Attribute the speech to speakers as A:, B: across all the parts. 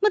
A: 乜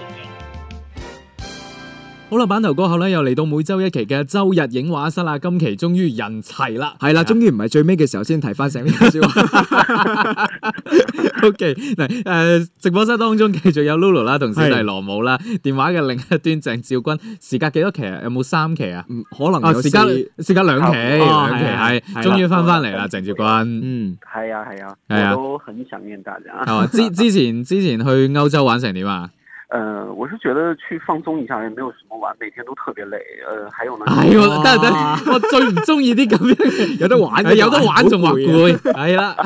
B: 影。
C: 好啦，版頭過後咧，又嚟到每周一期嘅周日影畫室啦。今期終於人齊啦，啊
D: 係啦，終於唔係最尾嘅時候先提翻醒呢句 説話。
C: O K 嗱，誒、直播室當中繼續有 Lulu 啦，同小弟羅姆啦，電話嘅另一端鄭兆君，時隔幾多期啊？有冇三期啊？
D: 嗯可能
C: 啊，
D: 有
C: 時隔
D: 時
C: 時隔兩期，
D: 哦
C: 兩期
D: 係啊
C: 係，
D: 係啦
C: 終於翻翻嚟啦，鄭兆君。
D: 嗯，
E: 系啊系啊，
C: 係啊
E: 我都很想念大家。
C: 係嘛？ 之之前之前去歐洲玩成點啊？
E: 呃，我是觉得去放松一下也没有什么玩，每天都特别累。呃，还有呢，
C: 哎呦，得得，我最唔中意啲咁樣
D: 有得玩
C: 嘅，
D: 嘅，
C: 有得玩仲話
D: 好攰啊。
C: 攰，係啦。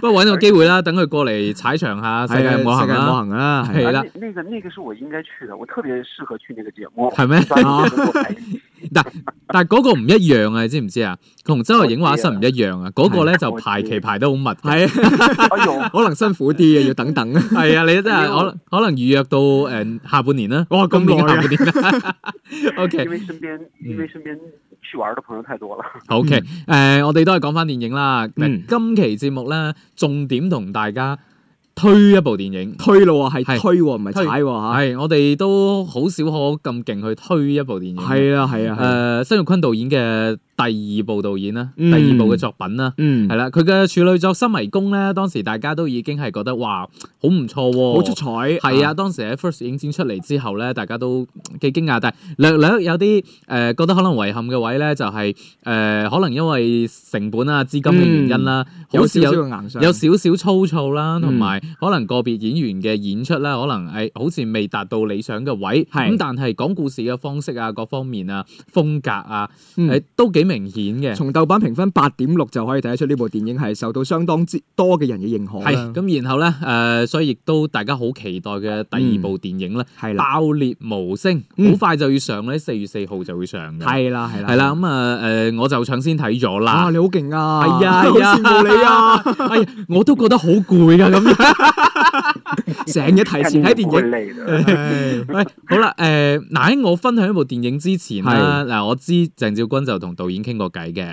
C: 不過揾個機會啦，等佢過嚟踩場下世
D: 係
C: 界
D: 啊世
C: 唔
D: 界
C: 好行
D: 唔可
C: 啦，
D: 行啦，係
C: 係啦
E: 啊。那那个那个是我应该去的，我特别适合去那个节目。
C: 係咩？
E: 抓緊時間做排戲
C: 但係嗰個唔一樣啊，你知唔知啊？同周日影畫室唔一樣啊，嗰個咧就
E: 我知
C: 排期排得好密嘅。
D: 係啊，
E: 哎呦，
D: 可能辛苦啲嘅，要等等。
C: 係啊，你真係可能可能預約到誒下半年啦。
D: 哇咁
C: 今年嘅
D: 耐
C: 下半
D: 啊
C: 年嗯啦。O
E: 因
C: K
E: 为身边因为身边去玩的朋友太多了。
C: O K，誒我呃哋都係講翻電影啦。
D: 嗯
C: 今期節目咧，重點同大家推一部電影。
D: 推咯喎，
C: 係
D: 係推喎，唔係踩
C: 推
D: 喎
C: 係我哋都好少可咁勁去推一部電影。
D: 嚇。係啦，係啊，係啊。
C: 誒，辛玉呃坤導演嘅第二部導演啦，第
D: 嗯
C: 二部嘅作品啦。
D: 嗯
C: 係，啦，佢嘅處女作《心迷宮》咧，當時大家都已經係覺得哇，好唔錯喎，
D: 好出彩。
C: 係啊，，當時喺 First 影展出嚟之後咧，大家都幾驚訝，但係略略有啲誒、呃、覺得可能遺憾嘅位咧，就係、呃可能因為成本啊、資金嘅原因啦，
D: 嗯有
C: 好
D: 少
C: 似
D: 少
C: 有
D: 嘅硬傷。
C: 有少少粗糙啦，
D: 嗯
C: 同埋可能個別演員嘅演出啦，可能誒好似未達到理想嘅位，
D: 係
C: 咁但係講故事嘅方式啊、各方面啊、風格啊，誒、
D: 嗯
C: 都幾明顯嘅。
D: 從豆瓣評分八點六就可以睇得出呢部電影係受到相當之多嘅人嘅認可
C: 係
D: 啦。
C: 咁，然後咧，誒、所以亦都大家好期待嘅第二部電影咧，
D: 係啦，
C: 爆裂無聲》
D: 嗯
C: 好快就要上咧，四月四號就會上嘅。
D: 係啦，係啦，
C: 係啦，。咁啊誒，我就搶先睇咗
D: 哇，
C: 啦。
D: 你好勁啊！
C: 係啊係啊
D: 好羨慕你啊！
C: 哎呀，我都覺得好攰啊㗎咁樣。
D: 成日提前睇
E: 看你也 不会
D: 電影。
E: 累
C: 呃
E: 的。
C: 喂，好 啦，誒嗱喺我分享一部電影之前啦，嗱我知鄭少君就同導演傾過偈嘅，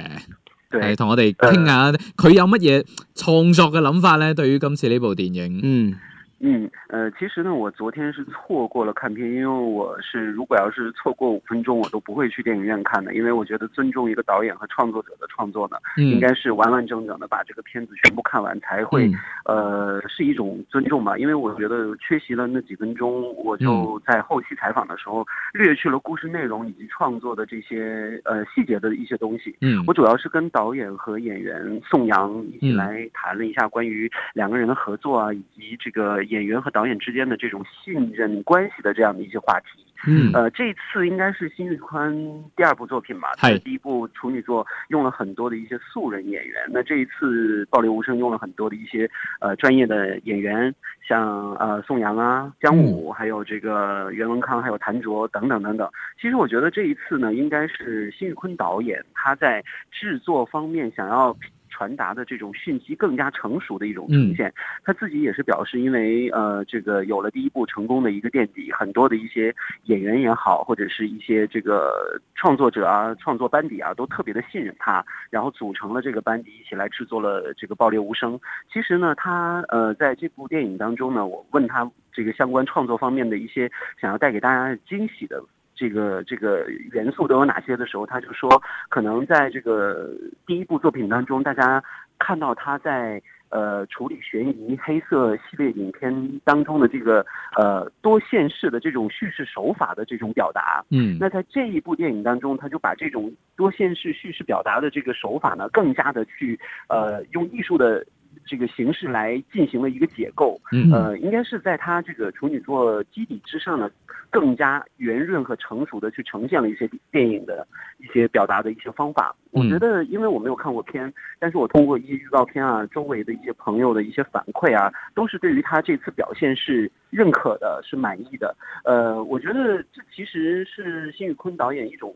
C: 係
E: 对，
C: 同我哋傾下佢有乜嘢創作嘅諗法咧？對於今次呢部電影，
D: 嗯，
E: 嗯，呃，其实呢，我昨天是错过了看片，因为我是如果要是错过五分钟，我都不会去电影院看的，因为我觉得尊重一个导演和创作者的创作呢，应
C: 嗯
E: 该是完完整整的把这个片子全部看完才会，呃，是一种尊重吧。因为我觉得缺席了那几分钟，我就
C: 嗯
E: 在后期采访的时候略去了故事内容以及创作的这些呃细节的一些东西。
C: 嗯
E: 我主要是跟导演和演员宋阳一起
C: 嗯
E: 来谈了一下关于两个人的合作啊，以及这个演员和导演之间的这种信任关系的这样的一些话题。
C: 嗯
E: 呃，这次应该是辛玉宽第二部作品吧？
C: 嗨
E: 他的第一部处女作用了很多的一些素人演员，那这一次《暴力无声》用了很多的一些呃专业的演员，像呃宋阳啊、姜武，
C: 嗯
E: 还有这个袁文康，还有谭卓等等等等。其实我觉得这一次呢，应该是辛玉坤导演他在制作方面想要。传达的这种讯息更加成熟的一种呈现，他自己也是表示，因为呃，这个有了第一部成功的一个垫底，很多的一些演员也好，或者是一些这个创作者啊、创作班底啊，都特别的信任他，然后组成了这个班底，一起来制作了这个《爆裂无声》。其实呢，他呃在这部电影当中呢，我问他这个相关创作方面的一些想要带给大家惊喜的这个这个元素都有哪些的时候，他就说，可能在这个第一部作品当中，大家看到他在呃处理悬疑黑色系列影片当中的这个呃多线式的这种叙事手法的这种表达，
C: 嗯
E: 那在这一部电影当中，他就把这种多线式叙事表达的这个手法呢，更加的去呃用艺术的这个形式来进行了一个解构。
C: 嗯
E: 呃，应该是在他这个处女座基底之上呢，更加圆润和成熟的去呈现了一些电影的一些表达的一些方法。我
C: 嗯
E: 觉得，因为我没有看过片，但是我通过一些预告片啊，周围的一些朋友的一些反馈啊，都是对于他这次表现是认可的，是满意的。呃，我觉得这其实是辛宇坤导演一种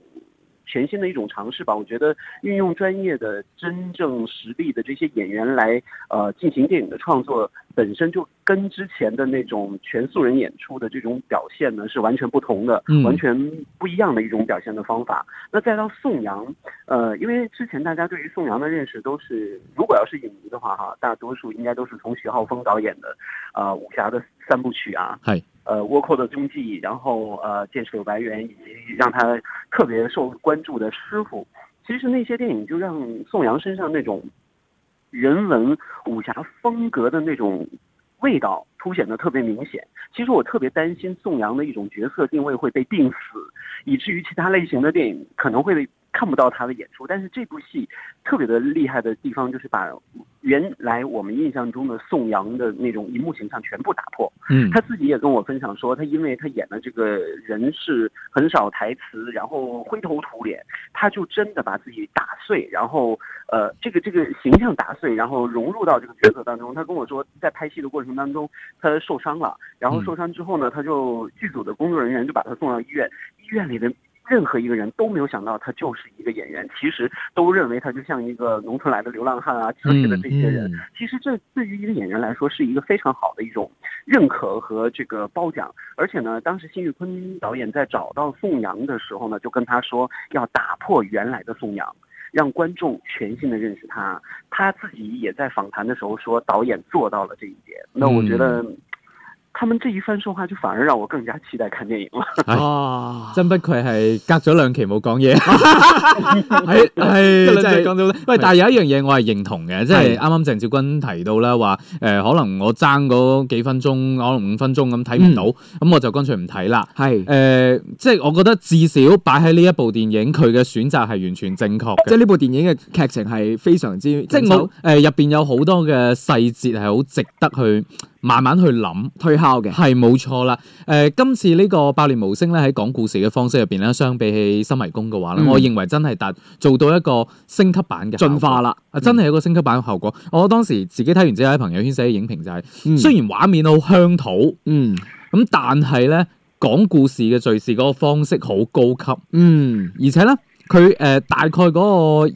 E: 全新的一种尝试吧。我觉得运用专业的、真正实力的这些演员来呃进行电影的创作，本身就跟之前的那种全素人演出的这种表现呢是完全不同的
C: 嗯，
E: 完全不一样的一种表现的方法。那再到宋阳，呃，因为之前大家对于宋阳的认识都是，如果要是影迷的话哈，大多数应该都是从徐浩峰导演的，呃，武侠的三部曲啊，
C: 係
E: 呃，倭寇的踪迹，然后呃，剑齿有白猿，以及让他特别受关注的师傅。其实那些电影就让宋阳身上那种人文武侠风格的那种味道凸显的特别明显。其实我特别担心宋阳的一种角色定位会被定死，以至于其他类型的电影可能会看不到他的演出。但是这部戏特别的厉害的地方就是把原来我们印象中的宋阳的那种荧幕形象全部打破。
C: 嗯
E: 他自己也跟我分享说，他因为他演的这个人是很少台词，然后灰头土脸，他就真的把自己打碎，然后呃，这个这个形象打碎，然后融入到这个角色当中。他跟我说，在拍戏的过程当中，他受伤了，然后
C: 嗯
E: 受伤之后呢，他就剧组的工作人员就把他送到医院，医院里的。任何一个人都没有想到他就是一个演员，其实都认为他就像一个农村来的流浪汉啊之类的这些人。
C: 嗯
E: 其实这对于一个演员来说是一个非常好的一种认可和这个褒奖。而且呢，当时辛玉坤导演在找到宋阳的时候呢，就跟他说要打破原来的宋阳。让观众全新的认识他，他自己也在访谈的时候说，导演做到了这一点。那我觉得，他们这一番说话，就反而让我更加期待看电影了。
C: 係
D: 哇！
C: 真不愧係隔咗兩期冇講 嘢，一兩
D: 係係真
C: 句
D: 係
C: 講到喂，但係有一樣嘢我係認同嘅，即係啱啱鄭少君提到啦，話誒、可能我爭嗰幾分鐘，可能五分鐘咁睇唔到，咁、
E: 嗯
C: 我就乾脆唔睇啦。誒、
D: 係。
C: 呃即係我覺得至少擺喺呢一部電影，佢嘅選擇係完全正確嘅
D: 即。係呢部電影嘅劇情係非常之
C: 即
D: 緊
C: 係
D: 湊
C: 我誒入邊有好多嘅細節係好值得去慢慢去諗。
D: 推敲嘅，
C: 係冇錯啦，誒、呃今次呢個爆裂無聲咧喺講故事嘅方式入邊咧，相比起新迷宮嘅話咧，
D: 嗯
C: 我認為真係達做到一個升級版嘅
D: 進化
C: 啦，
D: 啦。
C: 啊真係有個升級版嘅效果。我當時自己睇完之後喺朋友圈寫嘅影評就係、
D: 嗯
C: 雖然畫面好鄉土，
D: 嗯
C: 咁但係咧講故事嘅敘事嗰個方式好高級。
D: 嗯
C: 而且咧，佢誒、呃大概嗰、個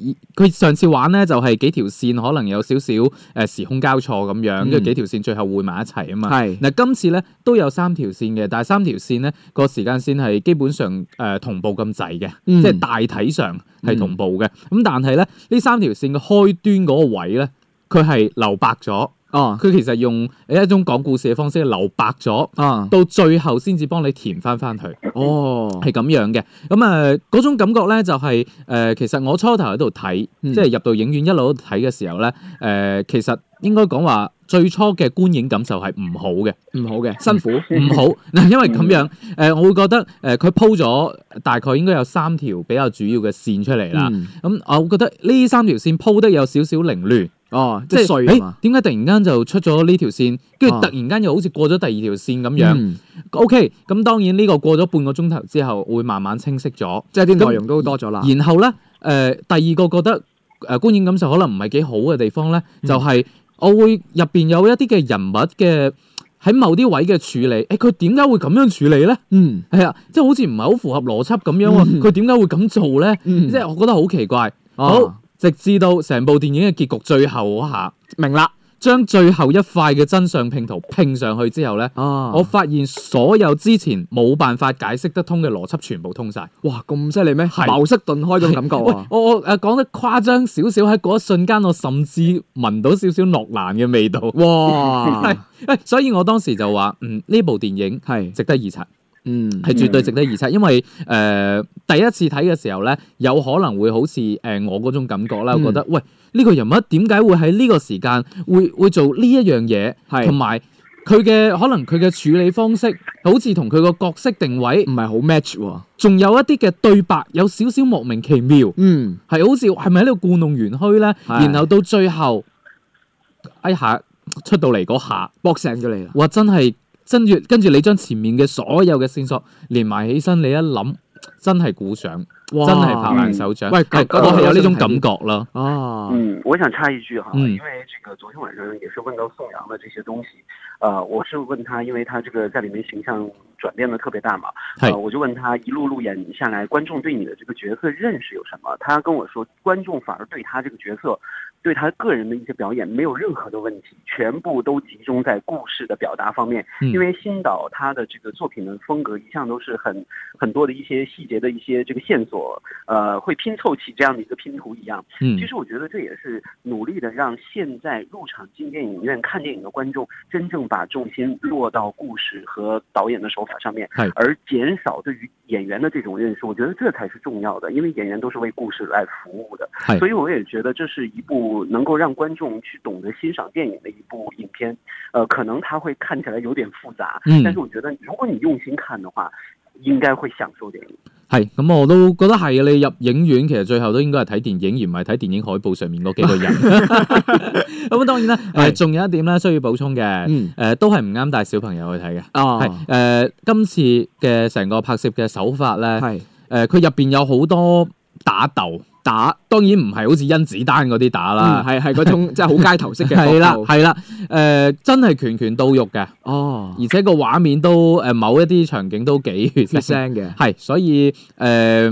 C: 佢上次玩咧就係、幾條線可能有少少誒時空交錯咁樣，跟住、
D: 嗯
C: 幾條線最後匯埋一齊啊嘛。
D: 係
C: 嗱，今次咧都有三條線嘅，但係三條線咧個時間線係基本上誒、呃同步咁滯嘅，
D: 嗯
C: 即係大體上係同步嘅。咁、但係咧呢三條線嘅開端嗰個位咧，佢係留白咗，
D: 哦
C: 佢其實用一種講故事嘅方式留白咗，
D: 啊
C: 到最後先至幫你填翻翻去。
D: 哦
C: 係咁樣嘅，咁誒嗰種感覺咧就係、呃其實我初頭喺度睇，
D: 嗯
C: 即係入到影院一路喺度睇嘅時候咧，誒、呃其實應該講話最初嘅觀影感受係唔好嘅，
D: 唔好嘅，嗯
C: 辛苦唔好嗱，因為咁樣誒、呃我會覺得誒佢鋪咗大概應該有三條比較主要嘅線出嚟啦，
D: 嗯
C: 咁、我覺得呢三條線鋪得有少少凌亂。
D: 哦，即
C: 即係
D: 係碎啊
C: 誒
D: 嘛，
C: 點解突然間就出咗呢條線，跟住
D: 啊
C: 突然間又好似過咗第二條線咁樣。
D: 嗯
C: OK，咁當然呢個過咗半個鐘頭之後，會慢慢清晰咗。
D: 即係
C: 咁
D: 啲內容都多咗啦。
C: 然後咧，誒、第二個覺得誒、呃、觀影感受可能唔係幾好嘅地方咧，
D: 嗯
C: 就係、我會入邊有一啲嘅人物嘅喺某啲位嘅處理，誒佢點解會咁樣處理咧？
D: 嗯
C: 係啊，即係好似唔係好符合邏輯咁樣喎，
D: 嗯
C: 佢點解會咁做咧？
D: 嗯
C: 即係我覺得好奇怪。
D: 哦
C: 好，直至到成部電影嘅結局最後嗰下，
D: 明啦。
C: 將最後一塊嘅真相拼圖拼上去之後咧。
D: 啊，
C: 我發現所有之前冇辦法解釋得通嘅邏輯全部通晒。
D: 哇咁犀利咩？
C: 係
D: 茅塞頓開咁感覺啊
C: 喂
D: 喎，。
C: 我我誒講得誇張少少，喺嗰一瞬間，我甚至聞到少少諾蘭嘅味道。
D: 哇
C: 係，誒，所以我當時就話，嗯，呢部電影
D: 係
C: 值得二刷，
D: 嗯
C: 係絕對值得二刷，因為誒、呃第一次睇嘅時候咧，有可能會好似誒、呃我嗰種感覺啦，
D: 嗯
C: 我覺得喂呢、個人物點解會喺呢個時間會會做呢一樣嘢，
D: 係
C: 同埋佢嘅可能佢嘅處理方式，好似同佢個角色定位
D: 唔係好 match 喎。
C: 仲有一啲嘅對白有少少莫名其妙，
D: 嗯
C: 係好似係咪喺度故弄玄虛咧？
D: 係
C: 然後到最後哎下出到嚟嗰下，
D: ，box 醒咗你啦。
C: 哇！真係跟住跟住你將前面嘅所有嘅線索連埋起身，你一諗真係鼓掌，
D: 哇
C: 真係拍爛手掌。
D: 嗯喂
C: 係
D: 咁
C: 我係有呢種感覺啦。
D: 啊，
E: 嗯，我想插一句哈，
C: 嗯
E: 因为这个昨天晚上也是问到宋阳的这些东西，呃，我是问他，因为他这个在里面形象转变的特别大嘛，
C: 嗨
E: 呃，我就问他一路路演下来，观众对你的这个角色认识有什么？他跟我说，观众反而对他这个角色，对他个人的一些表演没有任何的问题，全部都集中在故事的表达方面。
C: 嗯
E: 因为新导他的这个作品的风格一向都是很很多的一些细节的一些这个线索，呃，会拼凑起这样的一个拼图一样。
C: 嗯
E: 其，实我觉得这也是努力的让现在入场进电影院看电影的观众真正把重心落到故事和导演的手法上面
C: 是，
E: 而减少对于演员的这种认识。我觉得这才是重要的，因为演员都是为故事来服务的。
C: 係
E: 所以我也觉得这是一部能够让观众去懂得欣赏电影的一部影片。呃，可能它会看起来有点复杂，
C: 嗯
E: 但是我觉得如果你用心看的话，应该会享受电影。
C: 係咁，我都覺得係嘅。你入影院其實最後都應該係睇電影，而唔係睇電影海報上面嗰幾個 人。 咁當然啦，誒
D: 係
C: 仲有一點咧需要補充嘅，
D: 嗯
C: 誒都係唔啱帶小朋友去睇嘅。係
D: 啊，
C: 誒，今次嘅成個拍攝嘅手法咧，
D: 係
C: 誒呃佢入邊有好多打鬥，
D: 打
C: 當然唔係好似甄子丹嗰啲打
D: 啦，
C: 啦，
D: 嗯係係嗰種即係好街頭式嘅角度，
C: 係啦係啦，誒真係拳拳到肉嘅，
D: 哦，
C: 而且個畫面都誒某一啲場景都幾血
D: 血
C: 腥。
D: 腥嘅，
C: 係，所以誒、呃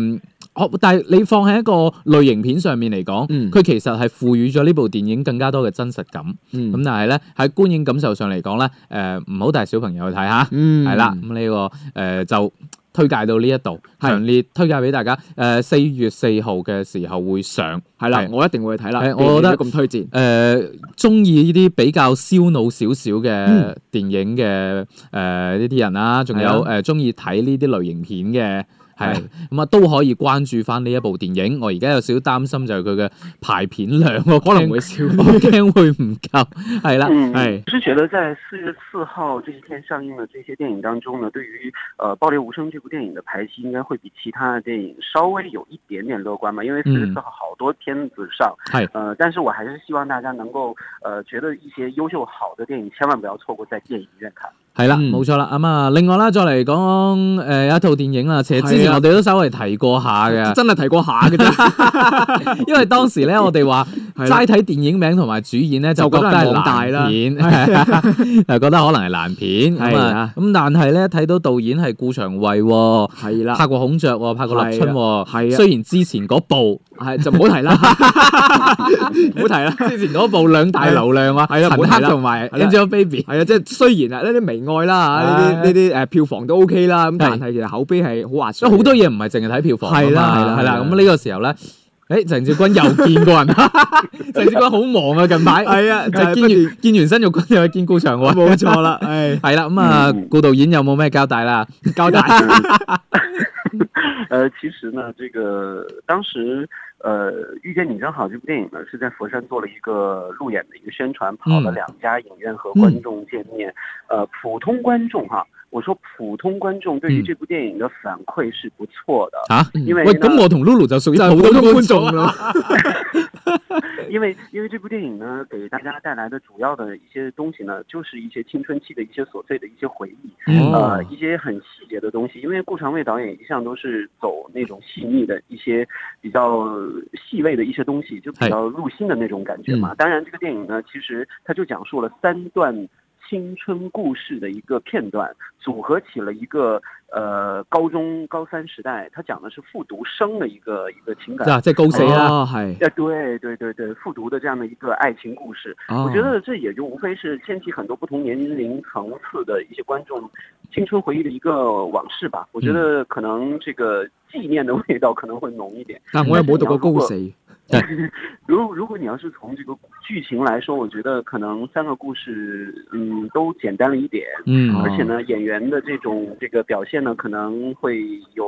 C: 我但係你放喺一個類型片上面嚟講，
D: 嗯
C: 佢、其實係賦予咗呢部電影更加多嘅真實感。咁、
D: 嗯
C: 但係咧喺觀影感受上嚟講咧，誒唔好帶小朋友去睇嚇，
D: 嗯
C: 係啦、咁呢、個誒、呃就。推介到呢一度，
D: 係
C: 強烈推介俾大家。誒、四月四號嘅時候會上。誒、
D: 係啦
C: 係，
D: 我一定會去睇啦
C: 係，
D: 既然
C: 我覺得
D: 你都咁推薦，
C: 中意呢啲比較燒腦少少嘅
D: 嗯啊
C: 電影嘅誒呢啲人啦，仲有
D: 係
C: 誒中意睇呢啲類型片嘅。係啊咁啊，都可以關注翻呢一部電影。我而家有少少擔心就係佢嘅排片量，我
D: 可能
C: 會
D: 會少
C: 我驚會唔夠。係啦，
E: 嗯，
D: 哎
E: 我是觉得在四月四号这一天上映的这些电影当中呢，对于呃《爆裂无声》这部电影的排期应该会比其他的电影稍微有一点点乐观嘛，因为四月四号好多片子上，
C: 係
E: 呃，但是我还是希望大家能够呃觉得一些优秀好的电影千万不要错过在电影院看。
C: 係啦，
D: 嗯
C: 冇錯啦。咁啊，另外啦，再嚟講呃誒有一套電影啦，其實之
D: 係
C: 前
D: 啊
C: 我哋都稍微提過下嘅，
D: 真係啊提過下嘅 啫，
C: 因為當時咧，我哋話
D: 係啦
C: 齋睇電影名同埋主演咧，就
D: 就
C: 覺
D: 覺
C: 得
D: 得
C: 係
D: 係網大啦
C: 爛 片， 就覺得可能係爛片咁
D: 係
C: 啊
D: 啊。
C: 咁但係咧，睇到導演係顧長衛喎，
D: 係啦，
C: 拍過《孔雀》喎，拍過《立春》喎。
D: 係啊，
C: 雖然之前嗰部
D: 係就唔好提 啦，唔好提啦。
C: 之前嗰部兩大流量啊，
D: 係啦
C: 陳
D: 冇睇
C: 赫
D: 啦
C: 同埋
D: 係啦
C: Angelababy。
D: 係啊，即係雖然啊呢啲微愛啦嚇，呢
C: 唉
D: 啲呢啲誒票房都 OK 啦，咁
C: 係
D: 但係其實口碑係好滑
C: 所
D: 水
C: 以
D: 嘅，
C: 好多嘢唔係淨係睇票房啊嘛
D: 係啦係啦
C: 係啦。
D: 係啦
C: 咁呢個時候咧，誒鄭少君又見過人， 鄭少君好忙啊近排，
D: 係啊，就
C: 就係
D: 係
C: 見
D: 不啊斷
C: 完見完新玉君又去見顧長衛。
D: 冇錯啦，唉，
C: 係啦，咁啊
E: 嗯，
C: 顧導演有冇咩交代啦？
D: 交代。
E: 呃，其实呢，这个当时呃，《遇见你真好》这部电影呢，是在佛山做了一个路演的一个宣传，跑了
C: 嗯
E: 两家影院和观众见面。呃，普通观众哈、我说普通观众对于
C: 嗯
E: 这部电影的反馈是不错的，
C: 吓，
E: 因为
C: 喂，
E: 呢
C: 咁我同 Lulu 就屬於普通觀眾啦。
D: 啦，
E: 因为因为这部电影呢，给大家带来的主要的一些东西呢，就是一些青春期的一些琐碎的一些回忆。
C: 嗯
E: 呃，一些很细节的东西，因为顾长卫导演一向都是走那种细腻的一些比较细微的一些东西，就比较入心的那种感觉
C: 嗯
E: 嘛。当然，这个电影呢，其实它就讲述了三段青春故事的一个片段，组合起了一个呃高中高三时代，它讲的是复读生的一个一个情感。
C: 啊，即係高四
D: 死
C: 啦。
D: 啦，哦係，
E: 呃，对对对对，复读的这样的一个爱情故事，
D: 我
E: 我觉得这也就无非是牵起很多不同年龄层次的一些观众青春回忆的一个往事吧。我觉得可能这个纪念的味道可能会浓一点。
D: 但我又冇讀過高四，
E: 如如果你要是从这个剧情来说，我觉得可能三个故事，嗯，都简单了一点。
C: 嗯
E: 而且呢，演员的这种这个表现呢，可能会有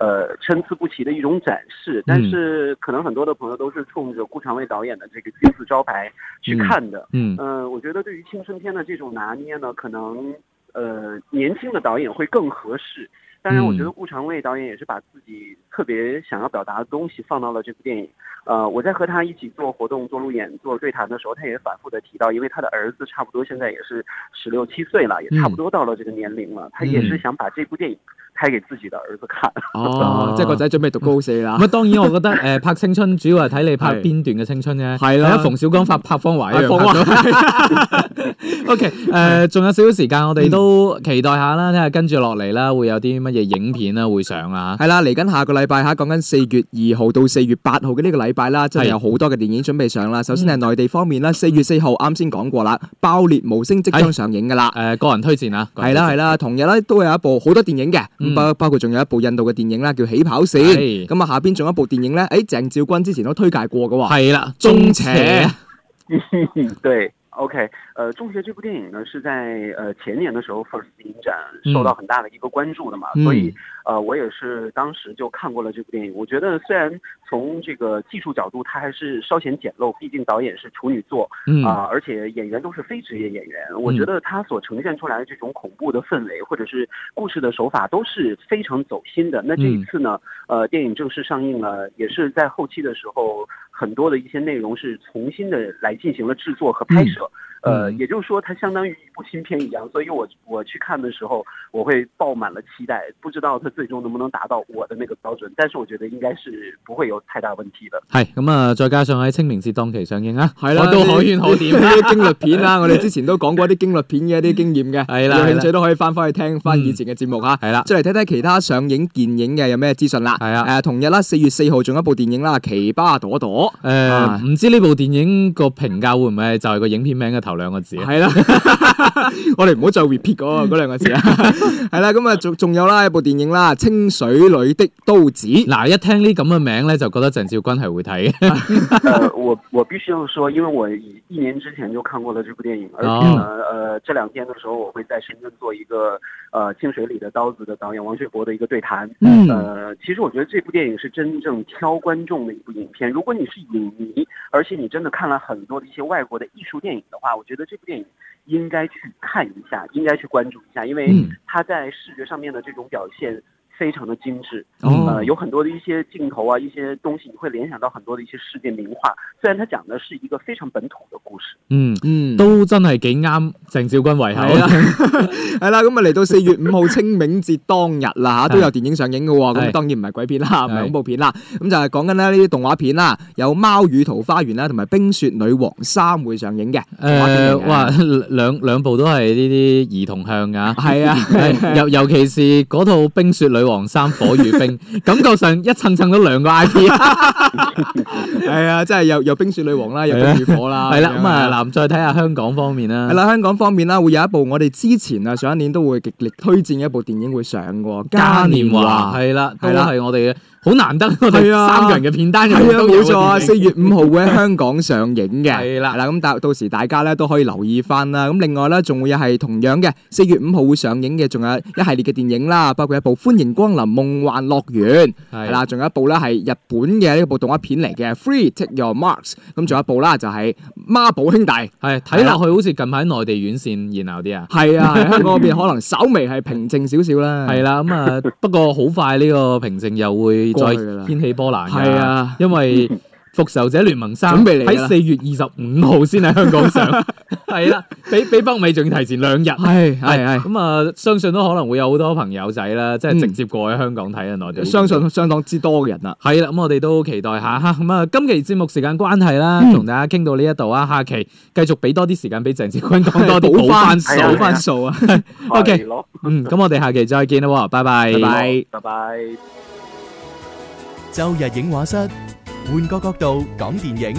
E: 呃参差不齐的一种展
C: 嗯
E: 示，但是可能很多的朋友都是冲着顾长卫导演的这个金字招牌去看的。
C: 嗯，
E: 呃，我觉得对于青春片的这种拿捏呢，可能呃年轻的导演会更合适。当然，我觉
C: 嗯
E: 得顾长卫导演也是把自己特别想要表达的东西放到了这部电影。呃，我在和他一起做活动、做路演、做对谈的时候，他也反复的提到，因为他的儿子差不多现在也是十六七岁了，也差不多到了这个年龄了，他也是想把这部电影拍给自己的儿子看。
C: 哦，
D: 即係個仔準備讀高四啦
C: 咁。啊，當然我 覺得誒、呃拍青春主要係睇你拍
D: 係
C: 邊段嘅青春啫。
D: 係啦
C: 係啊馮小剛拍拍方華一樣。
D: 係方
C: O K，誒，仲有少少時間，我哋都
D: 嗯
C: 期待下啦，睇下跟住落嚟啦，會有啲乜嘢影片啦會上啊啦。
D: 係啦，嚟緊下個禮拜嚇，講緊四月二號到四月八號嘅呢個禮拜啦，真係
C: 係
D: 有好多嘅電影準備上啦。首先係內地方面啦，四月四號啱先講過啦，《爆裂無聲》即將上映㗎啦
C: 誒、。個人推薦啊，個人
D: 係啦
C: 推
D: 係
C: 薦，
D: 啦，同日咧都有一部好多電影嘅，
C: 嗯
D: 咁包包括仲有一部印度嘅電影啦，叫《起跑線》。
C: 係
D: 咁啊，下邊仲有一部電影咧，誒鄭照君之前都推介過嘅喎，
C: 係啦，
D: 中
C: 中
D: 邪
C: 邪。
E: 对，OK，呃，《中学》这部电影呢是在呃前年的时候 First 影展受到很大的一个关注的嘛，所
D: 嗯
E: 以呃我也是当时就看过了这部电影。我觉得虽然从这个技术角度，它还是稍显简陋，毕竟导演是处女座
C: 嗯，
E: 啊、而且演员都是非职业演员。我觉得它所呈现出来的这种恐怖的氛围，或者是故事的手法，都是非常走心的。那这一
C: 嗯
E: 次呢，呃，电影正式上映了，也是在后期的时候，很多的一些内容是重新的来进行了制作和拍摄。呃，
C: 嗯
E: 也就是说，它相当于一部新片一样，所以我我去看的时候，我会抱满了期待，不知道它最终能不能达到我的那个标准，但是我觉得应该是不会有太大问题的。
C: 係咁啊，再加上喺清明節檔期上映啊，
D: 係啦，
C: 我都可圈可點。
D: 呢啲驚慄片啦，我哋之前都講過啲驚慄片嘅一啲經驗嘅，
C: 係啦
D: 有
C: 係
D: 興
C: 啦
D: 趣都可以翻返去聽翻以前嘅節目嚇。
C: 係啦，
D: 再啊嚟睇睇其他上映電影嘅有咩資訊啦。
C: 係啊
D: 誒同日啦，四月四號仲有一部電影啦，《奇葩朵朵
C: 誒、
D: 啊
C: 唔知呢部電影個評價會唔會係就係個影片名嘅頭兩個字》。啊？
D: 係啦， 我哋唔好再 repeat 嗰個嗰兩個字啦。係啦，咁啊，仲仲有啦，一部電影啦，《清水裏的刀子》。
C: 嗱，一聽呢咁嘅名咧，就覺得鄭少君係會睇嘅。
E: 呃，我我必须要说，因为我一一年之前就看过了这部电影，而且呢，呃，这两天的时候我会在深圳做一个呃《清水里的刀子》的导演王学博的一个对谈。
D: 嗯
E: 呃，其实我觉得这部电影是真正挑观众的一部影片。如果你是影迷，而且你真的看了很多的一些外国的艺术电影的话，我觉得这部电影应该去看一下，应该去关注一下，因为
C: 嗯
E: 它在视觉上面的这种表现非常的精致。
C: 哦
D: 嗯
E: 呃，有很多的一些镜头啊，一些东西，你会联想到很多的一些世界名画。虽然它讲的是一个非常本土的故事，
C: 嗯，
D: 嗯，
C: 都真係幾啱鄭少君胃口。啊
D: 係啦，啊係啦，咁啊嚟到四月五號清明節當日 啦嚇，都有電影上映嘅喎。咁
C: 係
D: 當然唔係鬼片啦，唔
C: 係
D: 係恐怖片啦。咁就係講緊咧呢啲動畫片啦，有《貓與桃花源》啦，同埋《冰雪女王三》會上映嘅。動畫
C: 誒
D: 片嚟嘅
C: 呃哇，兩兩部都係呢啲兒童向㗎。
D: 係啊，
C: 係尤尤其是嗰套《冰雪女王三：火與冰》， 感覺上一蹭蹭咗 兩個 I P 啊，
D: 係啊，真係有有《冰雪女王》 啦，有
C: 係啊
D: 《冰與火》啦，
C: 係啦，
D: 樣
C: 咁啊，。嗱，再睇下香港方面啦，
D: 係啦，香港方面啦，會有一部我哋之前啊上一年都會極力推薦嘅一部電影會上嘅喎，《
C: 嘉年華
D: 係
C: 係啦，都
D: 係啦
C: 係我哋嘅好難得，我
D: 係
C: 哋
D: 啊
C: 三個人嘅片單入面
D: 係啊，
C: 都有
D: 冇
C: 嘅
D: 錯啊，
C: 電
D: 四
C: 影
D: 月五號會喺香港上映 嘅。
C: 係啦
D: 係啦，咁到到時大家咧都可以留意翻啦。咁另外咧，仲會有係同樣嘅四月五號會上映嘅，仲有一系列嘅電影啦，包括一部《歡迎光臨夢幻樂園》。
C: 係
D: 係啦，仲有一部咧係日本嘅呢部動畫片嚟嘅《Free Take Your Marks》，咁仲有一部啦就係《孖寶兄弟》。
C: 係睇落去好似近排內地院線熱鬧啲啊。
D: 係啊，喺香港嗰邊可能稍微係平靜少少啦。
C: 係啦，咁 啊，不過好快呢個平靜又會
D: 過去㗎啦
C: 再掀起波瀾㗎
D: 係啊
C: 因為 《復仇者聯盟三
D: 準》備嚟㗎
C: 喺
D: 啦
C: 四月二十五號先喺香港 上，係啦，比比北美仲要提前兩日。
D: 係係係嗯
C: 係。咁啊，相信都可能會有好多朋友仔啦，即係直接過去香港睇啊，內地。
D: 相信相當之多嘅人啦。
C: 係啦，咁我哋都期待下嚇。咁啊，今期節目時間關係啦，
D: 嗯
C: 同大家傾到呢一度啊，下期繼續俾多啲時間俾鄭志 坤講多啲
D: 補
C: 補
D: 翻
C: 翻
D: 數
C: 數。
E: 係啊
D: 補翻數啊！
E: 好
C: OK
E: 嘞咯，
C: 嗯，咁我哋下期再見啦喎，拜拜。
D: 拜拜。
E: 拜拜。
B: 周日影畫室，換個角度講電影。